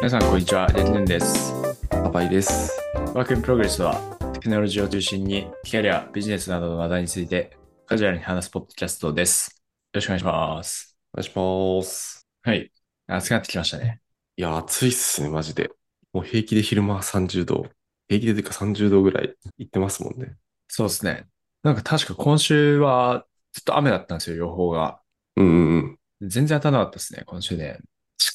皆さん、こんにちは。レンレンです。パパイです。ワークインプログレスは、テクノロジーを中心に、キャリア、ビジネスなどの話題について、カジュアルに話すポッドキャストです。よろしくお願いします。お願いします。はい。暑くなってきましたね。いや、暑いっすね、マジで。もう平気で昼間は30度。平気でというか30度ぐらい行ってますもんね。そうですね。なんか確か今週は、ずっと雨だったんですよ、予報が。うんうんうん。全然当たらなかったですね、今週ね。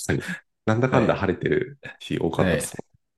確かに。なんだかんだ晴れてる日多かったです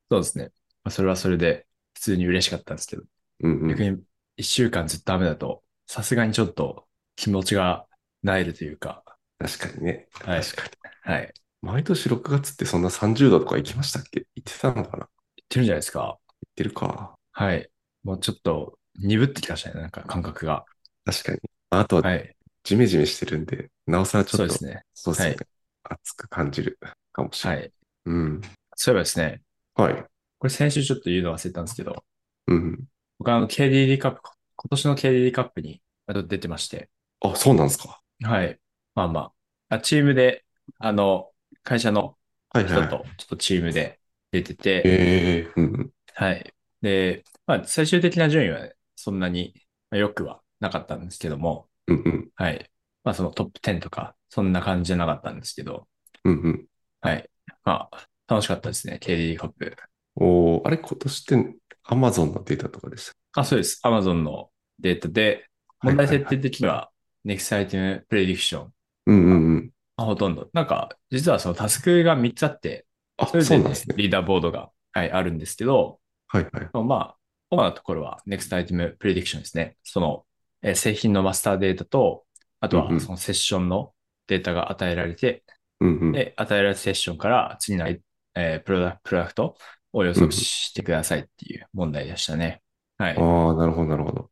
そうですね。まあ、それはそれで、普通に嬉しかったんですけど、もん。うんうん逆。に一週間ずっと雨だと、さすがにちょっと気持ちが萎えるというか、確かにね。はい確かに。はい。言っ毎年6月ってそんな30度とか行きましたっけ行ってたのかな行ってるんじゃないですか。てるか。はい。もうちょっと鈍ってきましたね、なんか感覚が。確かに。あとははい。ジメジメしてるんで、なおさらちそょうっでと、すね。そうですよねは。暑く感じるかもしれはない。い。うん。そういえばですね、はい。これ先週ちょっと言うの忘れたんですけど、うん僕はあの KDD カップ、今年の KDD カップにあと出てまして、うん。あ、そうなんですか。はい。まあまあ、あチームで、あの、会社のはい人はいはい。とちょっとチームで出てて、ええうんうん。はい。で、まあ、最終的な順位はね、そんなにまあ良くはなかったんですけども、うんうん。はい。まあ、そのトップ10とか、そんな感じじゃなかったんですけど、うんうん。はい。まあ、楽しかったですね、KDD カップ。おーあれ、今年って Amazon のデータとかでしたっあ、そうです。Amazon のデータで、け問題設はいはい定的には、ネクストアイテムプレディクション、はいうんうんうん。あほとんど。なんか、実はそのタスクが3つあって、あ、それそぞうれなんねですね。リーダーボードが、はい、あるんですけど、はいはい。まあ、主なところは Next Item Prediction ですね。その、えー製品のマスターデータと、あとうんうはんそのセッションのデータが与えられて、うんうん。で、与えられたセッションから次の、えープロダプロダクトを予測してくださいっていう問題でしたね。はい。ああ、なるほど、なるほど。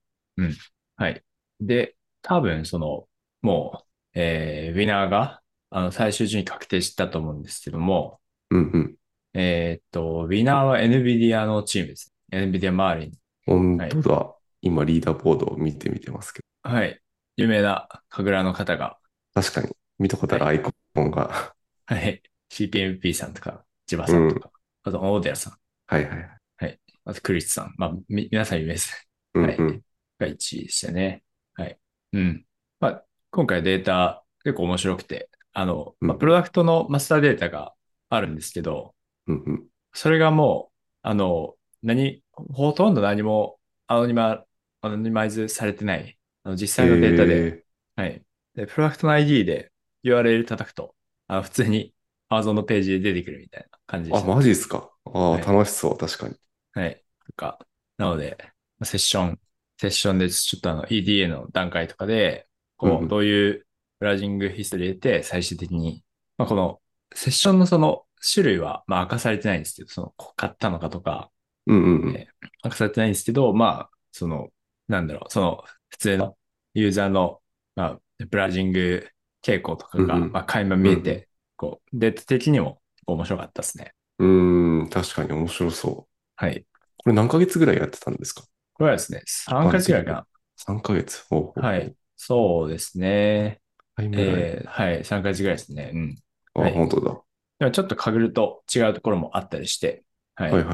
はい。で、多分その、もう、えーウィナーが、あの、最終順位確定したと思うんですけども、うんえーっと、ウィナーは NVIDIA のチームです。NVIDIA 周りにうん。本当だ。今、リーダーボードを見てみてますけはい。有名な神楽の方が、ど。確かに、見たことあるアイコンが。 はい。CPMP さんとか、千葉さんとか、あと、大寺さん、はいはいはい。あと、クリスさん。まあ、み、皆さん有名です。うんはいうん。が1位でしたね。はい。うん。まあ、今回データ結構面白くて、あの、まあ、うんプロダクトのマスターデータがあるんですけど、うんうん。それがもう、あの、何、ほとんど何もアノニマ、アノニマイズされてない、あの実際のデータで、えはい。で、プロダクトの ID で URL 叩くと、あの普通に Amazon のページで出てくるみたいな感じーであ、した。マジですか。あはあ、い楽しそう、確かに。はい。とか、なので、まあセッション、セッションでちょっとあの EDA の段階とかで、うんこうう、んどういうブラウジングヒストリー入れて、最終的に、まあ、このセッションのその種類は、まあ、明かされてないんですけど、その、こう買ったのかとか、うんうんうん。ね明かされてないんですけど、まあ、その、なんだろう、その、普通のユーザーの、まあ、ブラウジング傾向とかが、うんうんまあ、垣間見えうんうて、こう、データ的にも面白かったですね。うーん、確かに面白そう。はい。これ何ヶ月ぐらいやってたんですかこれはですね、3回ぐらいか ?3 ヶ月。ほうほうな。はい。。そうですね。タイムラインえーはい、3回ぐらいですね。うん。あ、はい本当だ。はでもちょっとかぐると違うところもあったりして、はい。いはい。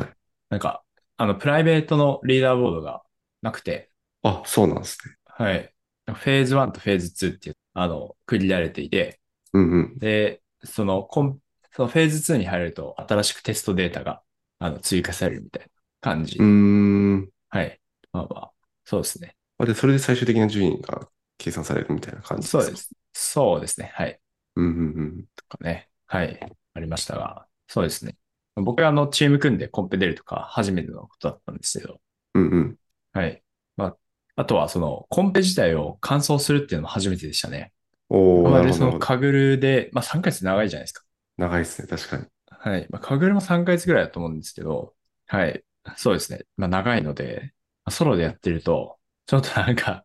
なんか、あの、プライベートのリーダーボードがなくて、あ、そうなんですね。はい。フェーズ1とフェーズ2っていう、あの、区切られていて、うんうん。で、そのコン、そのフェーズ2に入ると新しくテストデータがあの追加されるみたいな感じ。うーん。はい。まあまあ、そうですね。あ、で、それで最終的な順位が計算されるみたいな感じですそかうで。す。そうですね。はい。うんうんとかね。はい。ありましたが、そうですね。僕はあの、チーム組んでコンペ出るとか初めてのことだったんですけど、うん。うんうん。はい。まあ、あとはその、コンペ自体を完走するっていうのも初めてでしたね。お今ー、まなるでほそどなの、るほど。カグルで、まあ3ヶ月長いじゃないですか。長いですね、確かに。はい。まあ、かぐるも3ヶ月ぐらいだと思うんですけど、はい。そうですね。まあ、長いので、まあソロでやってると、ちょっとなんか、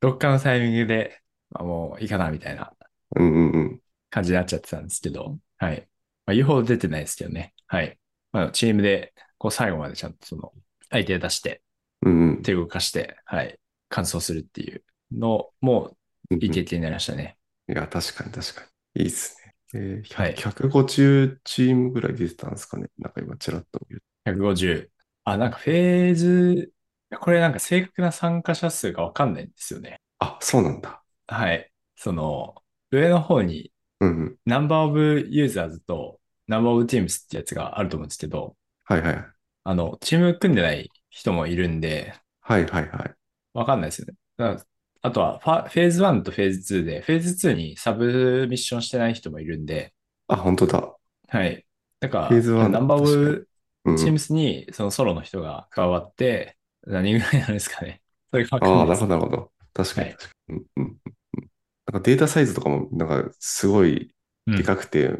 どっかのタイミングで、まあ、もういいかな、みたいなうんうんうん。感じになっちゃってたんですけど、はい。まあ、言うほど出てないですけどね。はい。まあ、チームで、こう、最後までちゃんとその、相手出して、うんうん。手を動かして、はい。完走するっていうのも、うんうんいい経験になりましたね。いや、確かに確かに。いいっすね。えー、100はい150チームぐらい出てたんですかね。なんか今、ちらっと見る。 150。あ、なんかフェーズ、これなんか正確な参加者数がわかんないんですよね。あ、そうなんだ。はい。その、上の方にうんうん。ナンバーオブユーザーズとナンバーオブチームスってやつがあると思うんですけど、はいはい。あの、チーム組んでない人もいるんで、はいはいはい。わかんないですよね。だからあとはファ、フェーズ1とフェーズ2で、フェーズ2にサブミッションしてない人もいるんで、あ、本当だ。はい。だから、フェーズ1ナンバーオブうんチームスにそのソロの人が加わって、何ぐらいになるんですかね。 それがわかんあなあ、いなでるすほど、なるほど。確かに、はい確かに。うんうんうんうんなんかデータサイズとかも、なんかすごいでかくて、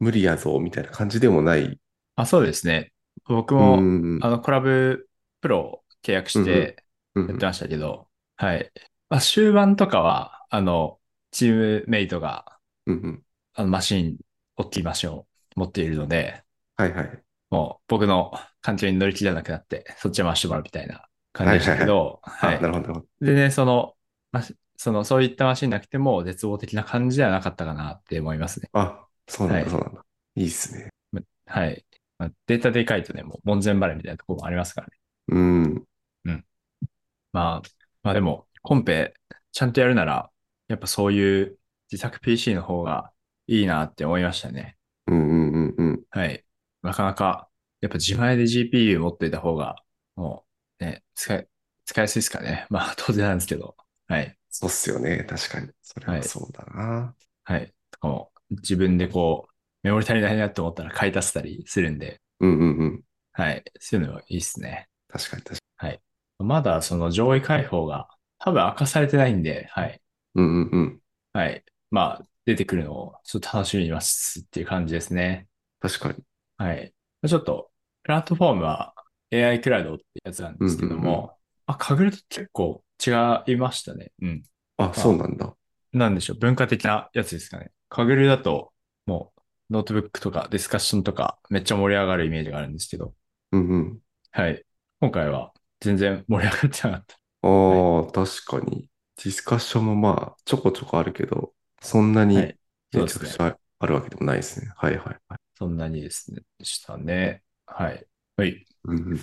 無理やぞ、みたいな感じでもない。あ、そうですね。僕うも、んうんあの、コラブプロを契約してうんやってましたけど、はい。まあ、終盤とかは、あの、チームメイトが、うんうんあの、マシン、大きいマシンを持っているので、はいはい。もう僕の環境に乗り切らなくなって、そっち回してもらうみたいな感じでしたけど、あ、はいな。るほど、なるほど。でね、その、まその、そういったマシンなくても、絶望的な感じではなかったかなって思いますね。あ、そうなんだ、はいそうなんだ。いいっすね。はい。まあデータでかいとね、もう門前払いみたいなところもありますからね。うん。まあ、まあでも、コンペ、ちゃんとやるなら、やっぱそういう自作 PC の方がいいなって思いましたね。うんうんうんうん。はい。なかなか、やっぱ自前で GPU 持っていた方が、もう、ね、使い、使いやすいですかね。 まあ、当然なんですけど。はい。そうっすよね。確かに。それははいそうだな。はい。とかも、自分でこう、メモリ足りないなって思ったら買い足せたりするんで、うんうんうん。はい。そういうのはいいですね。確かに、確かまだその上位解放が多分明かされてないんで、はい。に。うんうんうん。はい。まあ、出てくるのをちょっと楽しみにますっていう感じですね。確かに。はい。ちょっと、プラットフォームは AI クラウドってやつなんですけども、うんうんあ、かぐると結構違いましたね。うん。あ、そうなんだ。なんでしょう。文化的なやつですかね。かぐるだと、もう、ノートブックとかディスカッションとかめっちゃ盛り上がるイメージがあるんですけど、うんうん。はい。今回は全然盛り上がってなかった。ああ、確かに。ディスカッションもまあ、ちょこちょこあるけど、そんなにはいそうめでちゃすくねちゃあるわけでもないですね。はいはいはい。そんなにですね、でしたね。はい。はい。うんうんうん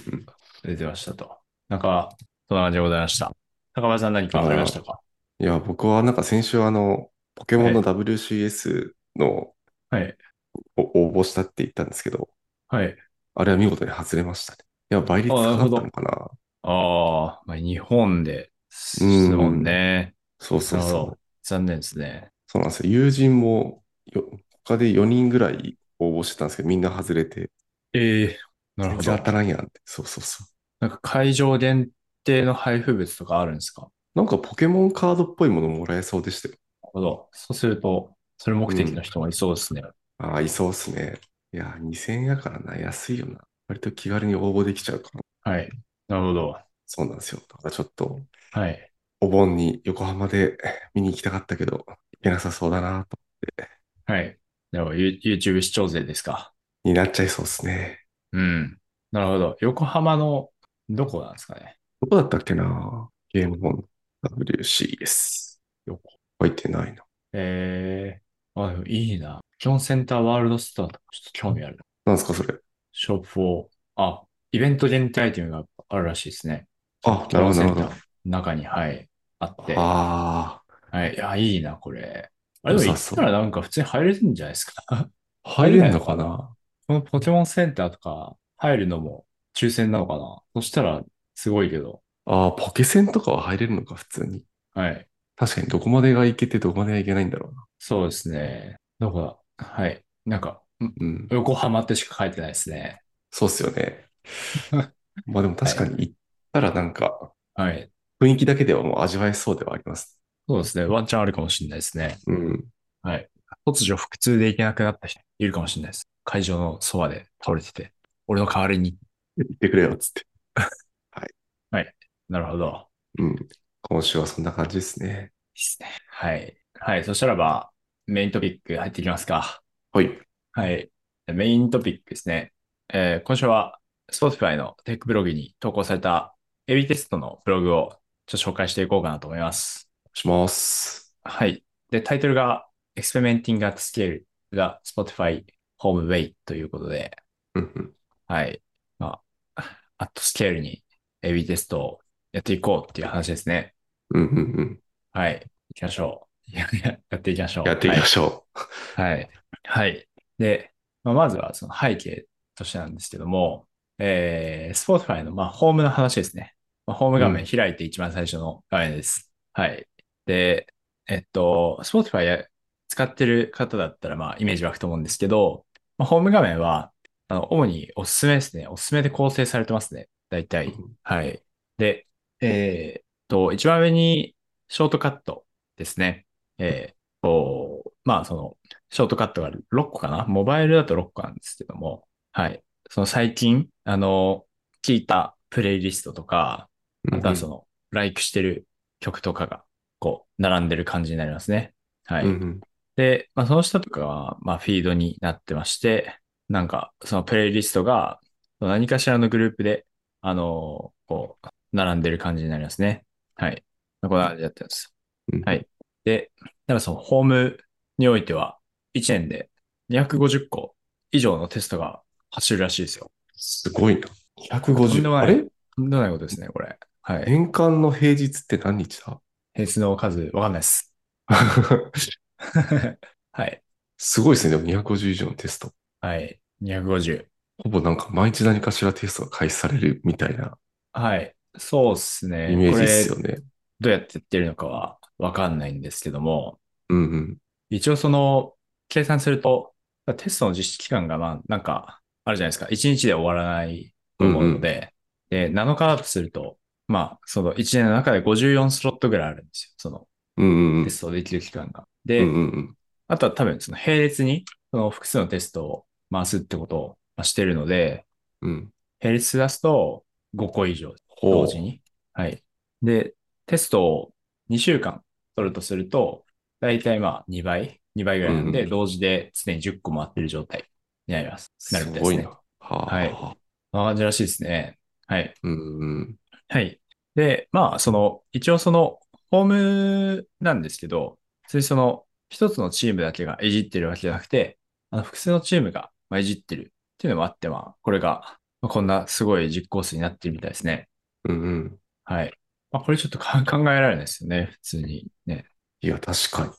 出てましたと。なんか、そんな感じでございました。高林さん何かありましたかいや、僕はなんか先週あの、ポケモンのは WCS のはい。お応募したって言ったんですけど、はい。あれは見事に外れましたね。いや、倍率高かったのかな。ああ、まあ、日本で、そうね。そうそうなるそほうど。残念ですね。そうなんですよ。友人もよ他で4人ぐらい応募してたんですけど、みんな外れて、ええなる全ほ然ど当。たらんやんって。そうそうそう。なんか会場限定の配布物とかあるんですかななんかポケモンカードっぽいものもらえそうでしたよ。るほど。そうすると、それ目的の人もいそうですね。ああ、いそうっすね。いや、2000円やからな、安いよな。割と気軽に応募できちゃうから。はい。なるほど。そうなんですよ。だからちょっと、はい。お盆に横浜で見に行きたかったけど、行けなさそうだな、と。はい。でも、ユ YouTube 視聴税ですか。になっちゃいそうっすね。うん。なるほど。横浜のどこなんですかね。どこだったっけなゲーム本 WCS。よく入ってないな。ええあ、でもいいな。基本センターワールドストアとかちょっと興味あるな。なんですか、それ。ショップを、あ、イベント限定アイテムがあるらしいですね。あ、なるほど、なセるほンどター。の中に、はい、あって。はあい、いや、いいな、これ。あれでも良行さっそうたらなんか普通に入れるんじゃないですか。あ、入れんのかなこのポケモンセンターとか入るのも抽選なのかな。そしたらすごいけど。ああ、ポケセンとかは入れるのか、普通に。はい、確かに、どこまでがいけて、どこまでがいけないんだろうな。そうですね。どこだはい。なんか、んうん。横浜ってしか書いてないですね。そうっすよ ね。まあでも確かに行ったらなんか、はい。雰囲気だけではもう味わえそうではあります。そうですね。ワンチャンあるかもしれないですね。うん。はい。突如腹痛で行けなくなった人いるかもしれないです。会場のそばで倒れてて、俺の代わりに。行ってくれよ、つって。なるほど。うん。今週はそんな感じですね。いいっすね。はい。はい。そしたらば、メイントピック入っていきますか。はい。はい。メイントピックですね。えー今週は、Spotify のテックブログに投稿された、エビテストのブログをちょっと紹介していこうかなと思います。します。はい。で、タイトルが Experimenting at Scale が Spotify ホームウェイということで、うんうん。はい。まあ、 アットスケールに AB テストをやっていこうっていう話ですね。うんうんうん。はい。行きましょう。ややっていきましょう。やっていきましょはい。はい。で、まあ、まずはその背景としてなんですけども、えー、Spotify の、まあ、ホームの話ですね。まあ、ホーム画面開いて一番最初の画面です。はい。で、えっと、Spotify や使ってる方だったら、まあ、イメージ湧くと思うんですけど、まあ、ホーム画面は、あの、主におすすめですね。おすすめで構成されてますね。大う。体。はい。で、えーっと、一番上にショートカットですね。えー、こう、まあ、その、ショートカットが6個かな。モバイルだと6個なんですけども、はい。その最近、あの、聞いたプレイリストとか、またはその、ライクしてる曲とかが、こう、並んでる感じになりますね。はい。うんうんで、まあ、その下とかは、まあ、フィードになってまして、なんか、そのプレイリストが、何かしらのグループで、あのこう、並んでる感じになりますね。はい。まあこんな感じだったんです。うんはいで、だからその、ホームにおいては、1年で250個以上のテストが走るらしいですよ。すごいな。とんでも150。ないあれとんでもないことですね、これ。はい。年間の平日って何日だ平日の数、わかんないです。 はい。すごいですね。でも250以上のテスト。はい。250。ほぼなんか毎日何かしらテストが開始されるみたいなはい。そうですね。イメージこでれすよね。どうやってやってるのかはわかんないんですけども、うんうん。一応その、計算すると、テストの実施期間がまあ、なんか、あるじゃないですか。1日で終わらないと思うので、で、7日だとすると、まあ、その1年の中で54スロットぐらいあるんですよ。そのうんうんうんテ。ストできる期間が。うで、んうんうん。あとは多分その並列に、その複数のテストを回すってことをまあしてるので、うん。並列出すと5個以上ほう同時に。はい。で、テストを2週間取るとすると、だいたいまあ2倍、2倍ぐらいなんで、うんうん同時で常に10個回ってる状態になります。なるすみたいですごいね。な。はあ。はいこんな感じらしいですね。はい。うんうん。はい。で、まあ、その、一応その、ホームなんですけど、別にその、一つのチームだけがいじってるわけじゃなくて、あの複数のチームが、まあ、いじってるっていうのもあって、まあ、これが、まあ、こんなすごい実行数になってるみたいですね。うんうん。はい。まあ、これちょっとか 考えられないですよね。普通にね。いや、確か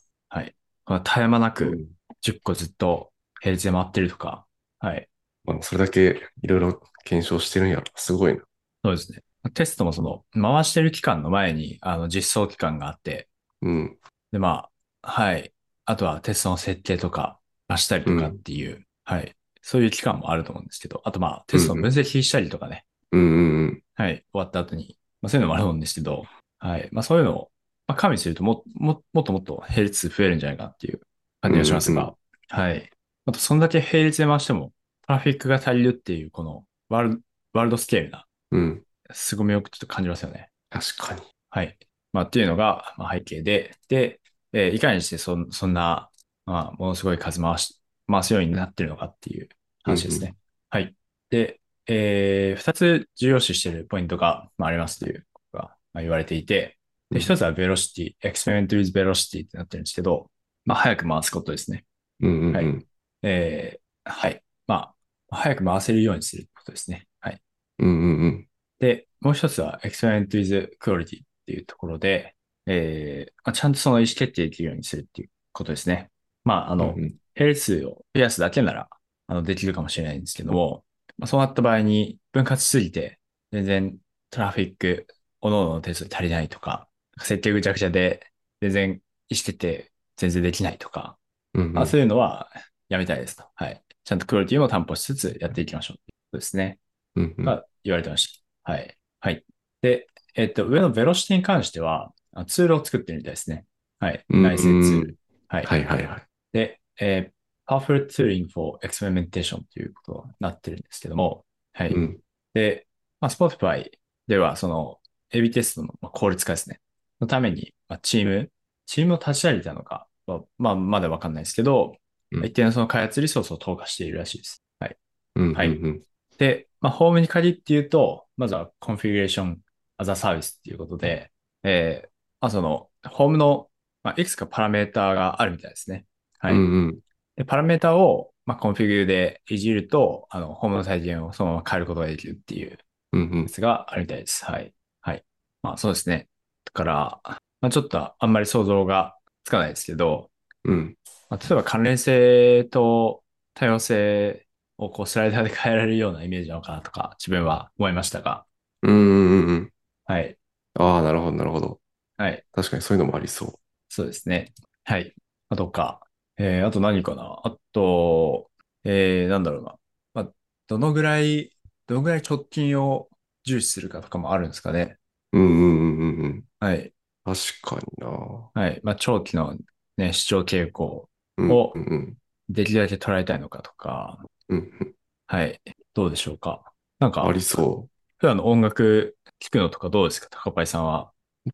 この絶え間なくに。 10個ずっと並列で回ってるとか。はい。まあ、それだけいろいろ検証してるんやろ。すごいな。そうですね。テストもその、回してる期間の前に、あの、実装期間があって、うん。で、まあ、はい。あとはテストの設定とか出したりとかっていう、はい。そういう期間もあると思うんですけど、あとまあ、テストの分析したりとかね、うんうんうん。はい。終わった後に、まあそういうのもあると思うんですけど、はい。まあそういうのを、まあ、加味するとも、も、もっともっと並列数増えるんじゃないかなっていう感じがしますうんうが、はい。あと、そんだけ並列で回しても、トラフィックが足りるっていう、このワールド、ワールドスケールな、うん。凄みをちょっと感じますよね。確かに。はい。まあ、っていうのが、まあ、背景で、で、えーいかにしてそん、そんな、まあ、ものすごい数回し、回すようになってるのかっていう話ですね。はい。で、えー、二つ重要視しているポイントが、まあ、ありますということが、まあ、言われていて、うで、ん一つはベロシティ、エクスペメント with ベロシティってなってるんですけど、まあ、早く回すことですね。うんうんはういん。えー、はい。まあ、早く回せるようにするってことですね。はい。うんうんうん。で、もう一つは Experiment with Quality っていうところで、えーまあ、ちゃんとその意思決定できるようにするっていうことですね。まあ、あの、うんうん並列数を増やすだけなら、あの、できるかもしれないんですけども、まあ、そうなった場合に分割しすぎて、全然トラフィック、おのの手数足りないとか、設定ぐちゃぐちゃで、全然意思決定全然できないとか、うんうんまあ、そういうのはやめたいですと。はい。ちゃんとクオリティも担保しつつやっていきましょうということですね。うんうんが言われてました。はい。はい。で、えっと、上のベロシティに関しては、あツールを作ってるみたいですね。はい。うん内製ツール。はい。はいはいはい。で、えー、Powerful Tooling for Experimentation ということになってるんですけども、はい。うんで、まあ、Spotify では、その、エビテストのまあ効率化ですね。のために、まあ、チーム、チームを立ち上げたのかは、まあ、まだわかんないですけど、うん一定のその開発リソースを投下しているらしいです。はい。うんはいうんで、まあ、ホームに限って言うと、まずはコンフィギュレーションアザサービスっていうことで、えーまあ、その、ホームの、まあ、いくつかパラメーターがあるみたいですね。はい。うんうんで、パラメータを、まあ、コンフィグでいじると、あの、ホームの再現をそのまま変えることができるっていううんうんや。つがあるみたいです。はい。はい。まあ、そうですね。だから、まあ、ちょっとあんまり想像がつかないですけど、うん。まあ、例えば関連性と多様性をこうスライダーで変えられるようなイメージなのかなとか、自分は思いましたが、うんうんうんうん。はい。ああ、なるほど、なるほど。はい。確かにそういうのもありそう。そうですね。はい。あとか、えー、あと何かな。あと、えー、なんだろうな。まあ、どのぐらい、どのぐらい直近を重視するかとかもあるんですかね。うんうんうんうんうん。はい。確かにな。はい。まあ、長期のね、視聴傾向、うんおうんうんできるだけ捉えたいのかとか、うんうん。はい。どうでしょうか。なんかあ、りそ普段の音楽聴くのとかどうですか高パイさんは。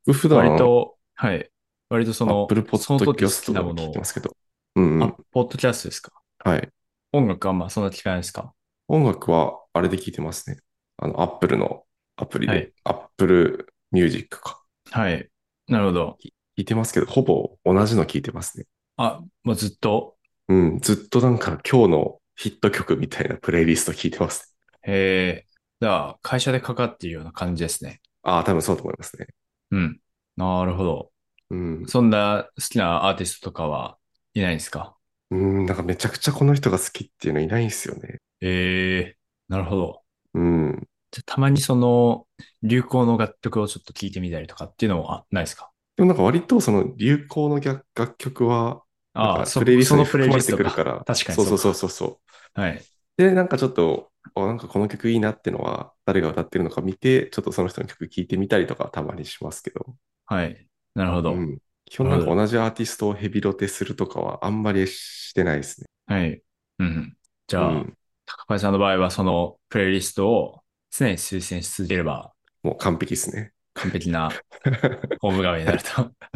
う。普段、割と、はい。割とその、 Apple その Podcast 時好きなをもの聞いをて、ますけど。うんうあん。、ポッドキャストですかはい。音楽はまあそんな聞かないですか音楽はあれで聞いてますね。あの、Apple のアプリはいで、Apple Music か。はい。なるほど。聞いてますけど、ほぼ同じの聞いてますね。あ、もうずっと、うん。ずっとなんか今日のヒット曲みたいなプレイリスト聞いてます。えー、じゃあ、会社でかかっているような感じですね。ああ、多分そうだと思いますね。うん。なるほど。うん。そんな好きなアーティストとかはいないんですかうん、なんかめちゃくちゃこの人が好きっていうのいないんですよね。ええー、なるほど。うん。じゃあたまにその流行の楽曲をちょっと聞いてみたりとかっていうのはないですかでもなんか割とその流行の楽楽曲は、あなんあ、かそプレイリスそトにのプレイ含まリれスてトくるか。から。確かにそうそそうそううそうそう。はい。で、なんかちょっと、あなんかこの曲いいなってのは、誰が歌ってるのか見て、ちょっとその人の曲聴いてみたりとかたまにしますけど。はい。なるほど。ん。基本なんか同じアーティストをヘビロテするとかはあんまりしてないですね。はい。うん。じうゃあ、ん。高橋さんの場合はそのプレイリストを常に推薦し続ければもう完璧ですね。 完璧なホーム画面になると。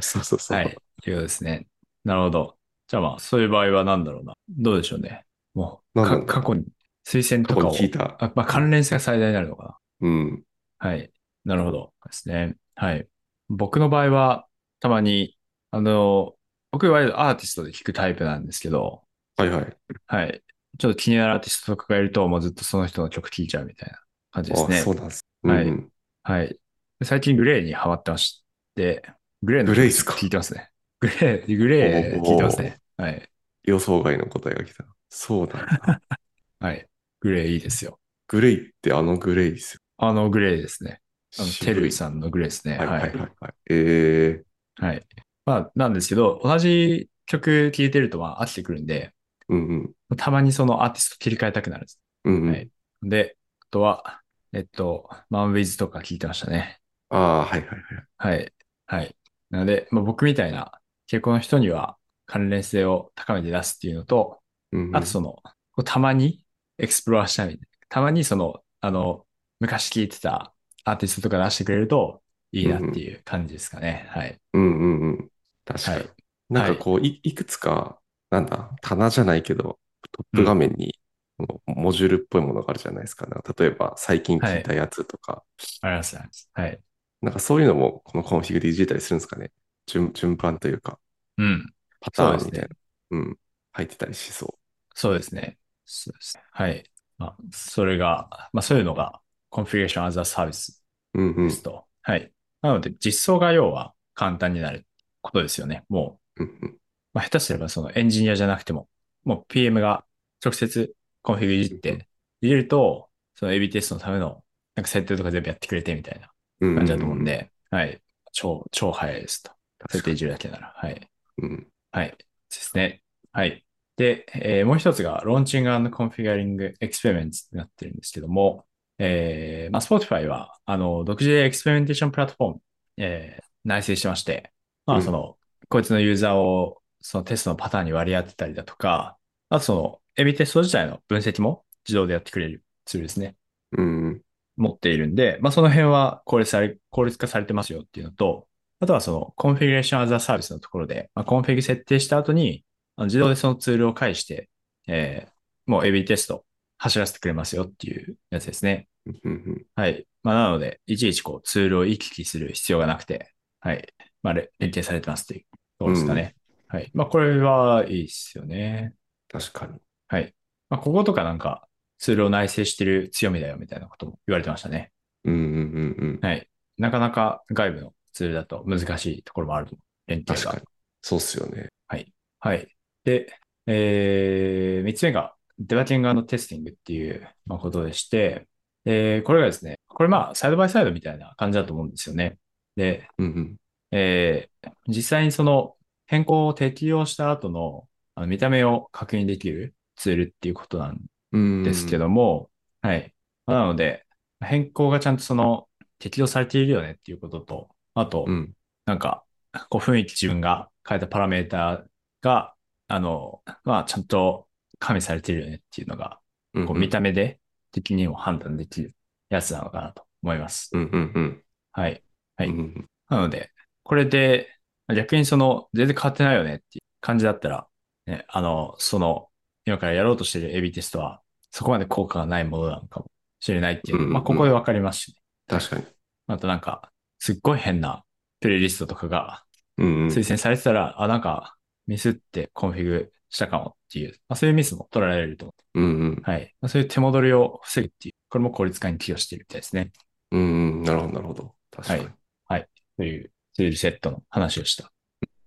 そうそうそう。はい。いうことですね。なるほど。じゃあまあ、そういう場合は何だろうな。どうでしょうね。もう、なんかだろう過去に推薦過と去かにを聞いた。あまあ、関連性が最大になるのかうん。な。はい。なるほど。ですね。はい。僕の場合は、たまに、あの、僕いわゆるアーティストで聞くタイプなんですけど、はいはい。はい。ちょっと気になるアーティストとかがいると、もうずっとその人の曲聴いちゃうみたいな感じですあね。そうなんです。はいうんはい。最近グレーにハマってまして、グレーのグレーっすか聞いてますね。グレー、グレー聞いてますね。はい。予想外の答えが来た。そうだな。 はい。グレーいいですよ。グレイってあのグレイですよ。あのグレーですね。あのテルイん。さんのグレーですね。ははいい。はいははいい、はい。えまあ、なんですけど、同じ曲聴いてるとまあ飽きてくるんで、ー。うんうん。たまにそのアーティスト切り替えたくなるんです。うんうん。はいで、あとは、えっと、マンウィズとか聴いてましたね。ああ、はいはいはい。はい。はい。なので、まあ、僕みたいな傾向の人には関連性を高めて出すっていうのと、うんうんあとその、こうたまにエクスプロアしたみたいな。たまにその、あの、昔聴いてたアーティストとか出してくれるといいなっていう感じですかね。はい。うんうんうん。確かに。はいなんかこう、い、いくつか、なんだ、棚じゃないけど、トップ画面に、このモジュールっぽいものがあるじゃないですか。なんか例えば、最近聞いたやつとか、ありがとうございます。はい。なんかそういうのも、このコンフィグでいじったりするんですかね。順、順番というか、うん。パターンそうみでたいすな。ねうん。入ってたりしそそうですね。そうですね。はい。まあ、それが、まあそういうのが、コンフィギュレーションアザサービスう。うんうでん。すと。はい。なので、実装が要は簡単になることですよね。もう、うんうん。まあ、下手すればそのエンジニアじゃなくても、もう PM が直接コンフィグいじっうんて、入れると、その AB テストのためのなんか設定とか全部やってくれてみたいなうん感じだと思うんうん。で、はい。超、超早いですと。確設定かいに。じるだけなら。はい。うん。はい。ですね。はい。で、えーもう一つが、ローンチングコンフィギュアリングエクスペリメンツになってるんですけども、えーまあ、Spotify は、あの、独自でエクスペリメンテーションプラットフォーム、えー内製してまして、まうあ、んその、こいつのユーザーを、そのテストのパターンに割り当てたりだとか、あとその、エビテスト自体の分析も自動でやってくれるツールですね。うん。持っているんで、まあ、その辺は効率され効率化されてますよっていうのと、あとはそのコンフィギュレーションアザサービスのところで、まあ、コンフィグ設定した後に、あの自動でそのツールを介して、えーもう AB テスト走らせてくれますよっていうやつですね。うんうん。はい。まあ、なので、いちいちこうツールを行き来する必要がなくて、はい。まあ、れ連携されてますっていうところですかね。はい。まあ、これはいいですよね。確かに。はい。まあ、こことかなんか、ツールを内製してる強みだよみたいなことも言われてましたね。うんうんうんうん。はい。なかなか外部のツールだと難しいところもあると思う。連確携かにが。。そうっすよね。はい。で、えー、3つ目が、デバティングテスティングっていうまあことでして、えー、これがですね、これまあ、サイドバイサイドみたいな感じだと思うんですよね。で、うんうん。えー実際にその変更を適用した後のあの見た目を確認できるツールっていうことなんうんですけ。ども、はい。まあなので、変更がちゃんとその適用されているよねっていうことと、あとう、ん。なんか、こう雰囲気自分が変えたパラメーターが、あの、まあちゃんと加味されているよねっていうのが、うんこう見。た目で的にも判断できるやつなのかなと思います。うんうんうん。はい。はいうんうんなので、これで、逆にその、全然変わってないよねっていう感じだったら、ね、あの、その、今からやろうとしている AB テストは、そこまで効果がないものなのかもしれないっていうのうんうんうんまあ、ここでわかりますしね。確かに。あとなんか、すっごい変なプレイリストとかがうんうん。推薦されてたら、あ、なんか、ミスってコンフィグしたかもっていう、まあ、そういうミスも取られると思うんうん。う。はい。まあ、そういう手戻りを防ぐっていう、これも効率化に寄与しているみたいですね。うんうん。なるほど、なるほど。確かに。はという、ツールセットの話をした。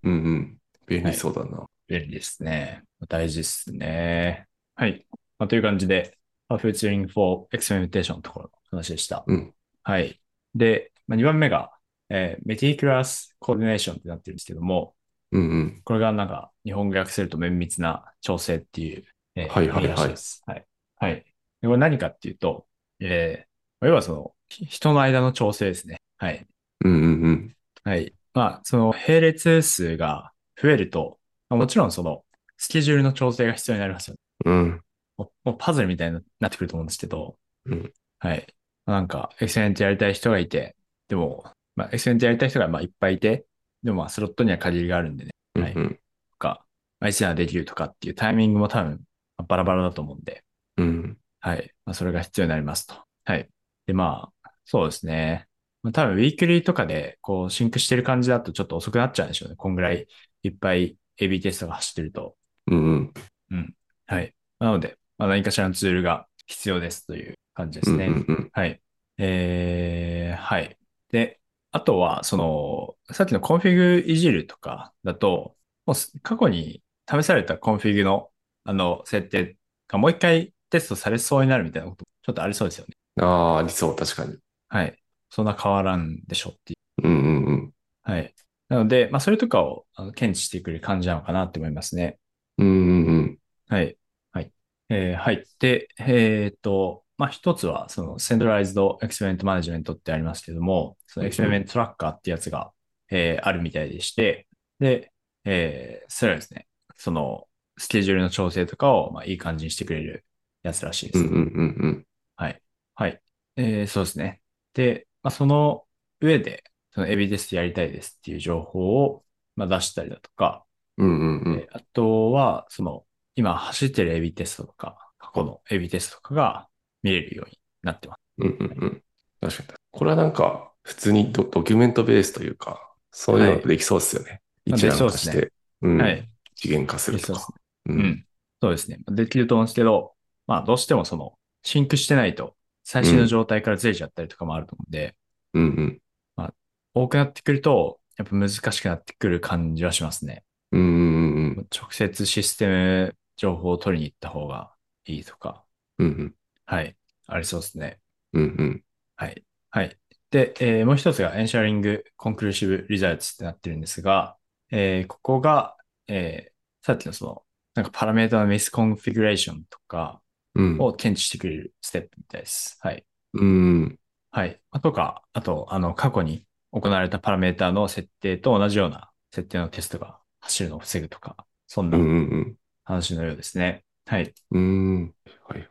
うんうん。便利そうだな。便利ですね。大事ですね。はい。まあ、という感じで、まあ Featuring for Experimentation のところの話でした。うん。はい。で、まあ、2番目が、えー、Meticulous Coordination ってなってるんですけども、うんうん。これがなんか日本語訳すると綿密な調整っていう、えーはいはいはい意味らしです。はい。はい。でこれ何かっていうと、えーまあ要はその、ひ人の間の調整ですね。はい。うんうんうん。はい。まあ、その並列数が増えると、まあもちろんそのスケジュールの調整が必要になりますよね。うん。もうもうパズルみたいになってくると思うんですけど、うんはい。まあなんか、エクセレントやりたい人がいて、でも、まあ、エクセレントやりたい人がまあいっぱいいて、でもまあスロットには限りがあるんでね、はいうんとか、まあ、いつならできるとかっていうタイミングも多分まあバラバラだと思うんで、うん。はい。まあ、それが必要になりますと。はい。で、まあ、そうですね。まあ、多分、ウィークリーとかで、こう、シンクしてる感じだとちょっと遅くなっちゃうんでしょうね。こんぐらいいっぱい AB テストが走ってると。うんうん。はい。なので、まあ、何かしらのツールが必要ですという感じですね。うんうんうんはい。えー、はい。で、あとは、その、さっきのコンフィグいじるとかだと、もうす過去に試されたコンフィグの、あの、設定がもう一回テストされそうになるみたいなこと、ちょっとありそうですよね。ああ、ありそう、確かに。はい。そんな変わらんでしょっていうんうんうん。う。はい。なので、まあ、それとかをあの検知してくれる感じなのかなって思いますね。うんうんうん。はい。はい。えーはい。で、えっと、まあ、一つは、その、セントライズドエクスペリメントマネジメントってありますけども、そのエクスペリメントトラッカーってやつが、えーあるみたいでして、で、えーそれはですね、その、スケジュールの調整とかを、まあ、いい感じにしてくれるやつらしいでうんす。うんうんうん。はい。はい。えーそうですね。で、まあ、その上で、その、エビデストやりたいですっていう情報を、まあ、出したりだとか、うんうんうん。であとは、その、今走ってる AB テストとか、過去の AB テストとかが見れるようになってます。うんうんうん。確かに。これはなんか、普通にドドキュメントベースというか、そういうのができそうですよね。はい一覧まあ化できそしうて、っすうん、はい。一元化するとか。うう。ん。そうですね。できると思うんですけど、まあ、どうしてもその、シンクしてないと、最新の状態からずれちゃったりとかもあると思うんで、うんうん。多くなってくると、やっぱ難しくなってくる感じはしますね。うんうんうん直接システム情報を取りに行った方がいいとか、うん。うんはい。ありそうですね。うん。うんうん。はい。はい。で、えーもう一つが Ensuring Conclusive Results ってなってるんですが、えーここが、えーさっきのその、なんかパラメータのミスコンフィギュレーションとかうんを検知してくれるステップみたいです。はい。うん。はい。あとか、あと、あの、過去に行われたパラメータの設定と同じような設定のテストが走るのを防ぐとか、そんうんうなん話のようですね。はい。うん。うん。はい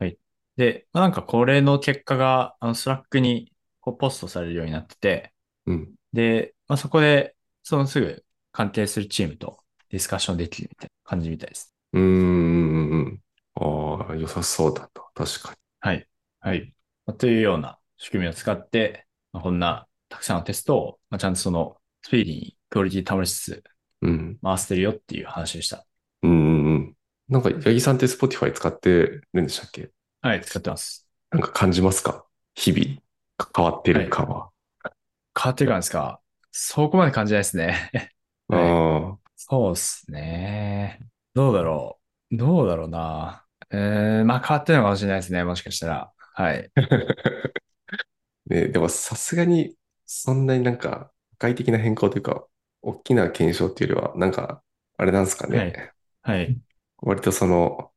はい。で、まあなんかこれの結果が、あの、スラックにこうポストされるようになってて、うん。で、まあ、そこで、そのすぐ関係するチームとディスカッションできるみたいな感じみたいです。うんうんうんうん。ああ、良さそうだな。確かはい。はい。まあというような仕組みを使って、まあこんなたくさんのテストを、まあ、ちゃんとそのスピーディーにクオリティ保ちつつに。うん。回してるよっていう話でした。うんうんうん。なんか、八木さんって Spotify 使ってるんでしたっけはい、使ってます。なんか感じますか日々、か変わってる感は。変わってる感じですかそこまで感じないですね。 あはいーそうっすね。どうだろう。どうだろうな。えー、まあ変わってるのかもしれないですね。もしかしたら。はい。ね、でもさすがに、そんなになんか、破壊的な変更というか、大きな検証っていうよりは、なんか、あれなんですかね。はい はい。割とその、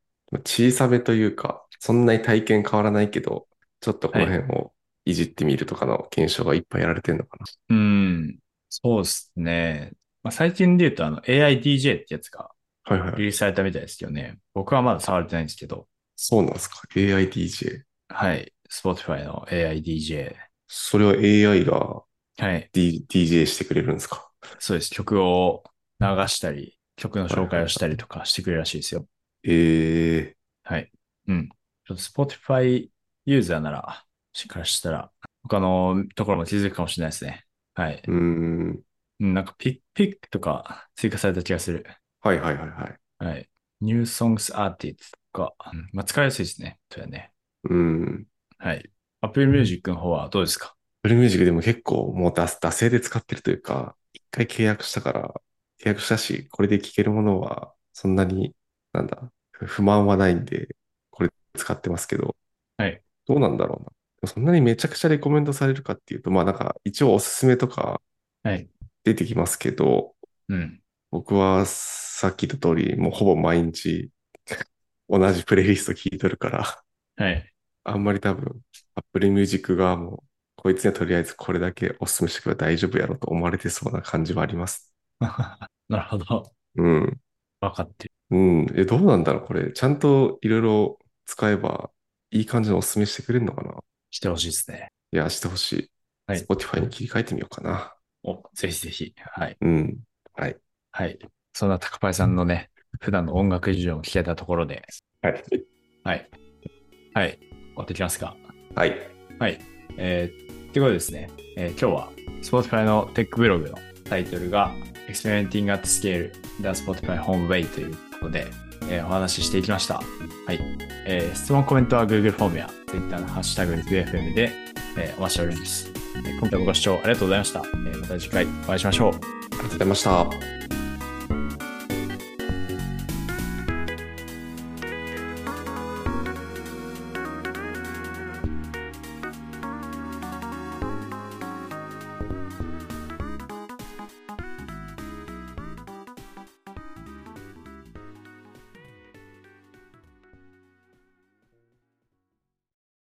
小さめというか、そんなに体験変わらないけど、ちょっとこの辺をいじってみるとかの検証がいっぱいやられてるのかな。うん。そうっすね。まあ、最近で言うと、あの、AIDJ ってやつがはいはい。リリースされたみたいですけどね。僕はまだ触れてないんですけど。そうなんですか。AIDJ。はい。Spotify の AIDJ。それは AI が、はい。 D、DJ してくれるんですか。そうです。曲を流したり、曲の紹介をしたりとかしてくれるらしいですよ。ええはい。うん。ちょっと Spotify ユーザーなら、しからしたら、他のところも気づくかもしれないですね。はい。うーん。うんなんかピック、ピックとか追加された気がする。はいはいはいはい。はい。New Songs Artist とか、うんまあ、使いやすいですね。そうやね。うん。はい。Apple Music の方はどうですかブルーミュージックでも結構もう惰惰性で使ってるというか、一回契約したから、契約したし、これで聴けるものはそんなに、なんだ、不不満はないんで、これ使ってますけど、はい。どうなんだろうな。でもそんなにめちゃくちゃレコメンドされるかっていうと、まあなんか一応おすすめとかはい出てきますけど、うん。僕はさっき言った通り、もうほぼ毎日同じプレイリスト聴いとるから、はい。 あんまり多分、Apple Music 側も、こいつにはとりあえずこれだけおすすめしてくれば大丈夫やろと思われてそうな感じはあります。なるほど。うん。わかってる。うん。え、どうなんだろうこれ、ちゃんといろいろ使えば、いい感じのおすすめしてくれるのかなしてほしいですね。いや、してほしい。はい Spotify に切り替えてみようかな。お、ぜひぜひ。はい。うん。はい。はい。そんな高パイさんのね、普段の音楽事情も聞けたところで、はい。はい。はい。終わってきますか。はい。えー、ってことですね、えー今日は Spotify のテックブログのタイトルが Experimenting at Scale the Spotify Home Way ということで、えーお話ししていきました。はい。えー質問、コメントは Google フォームや Twitter のハッシュタグ ZFM で、えーお待ちしております。えー今回もご視聴ありがとうございました。えーまた次回お会いしましょう。ありがとうございました。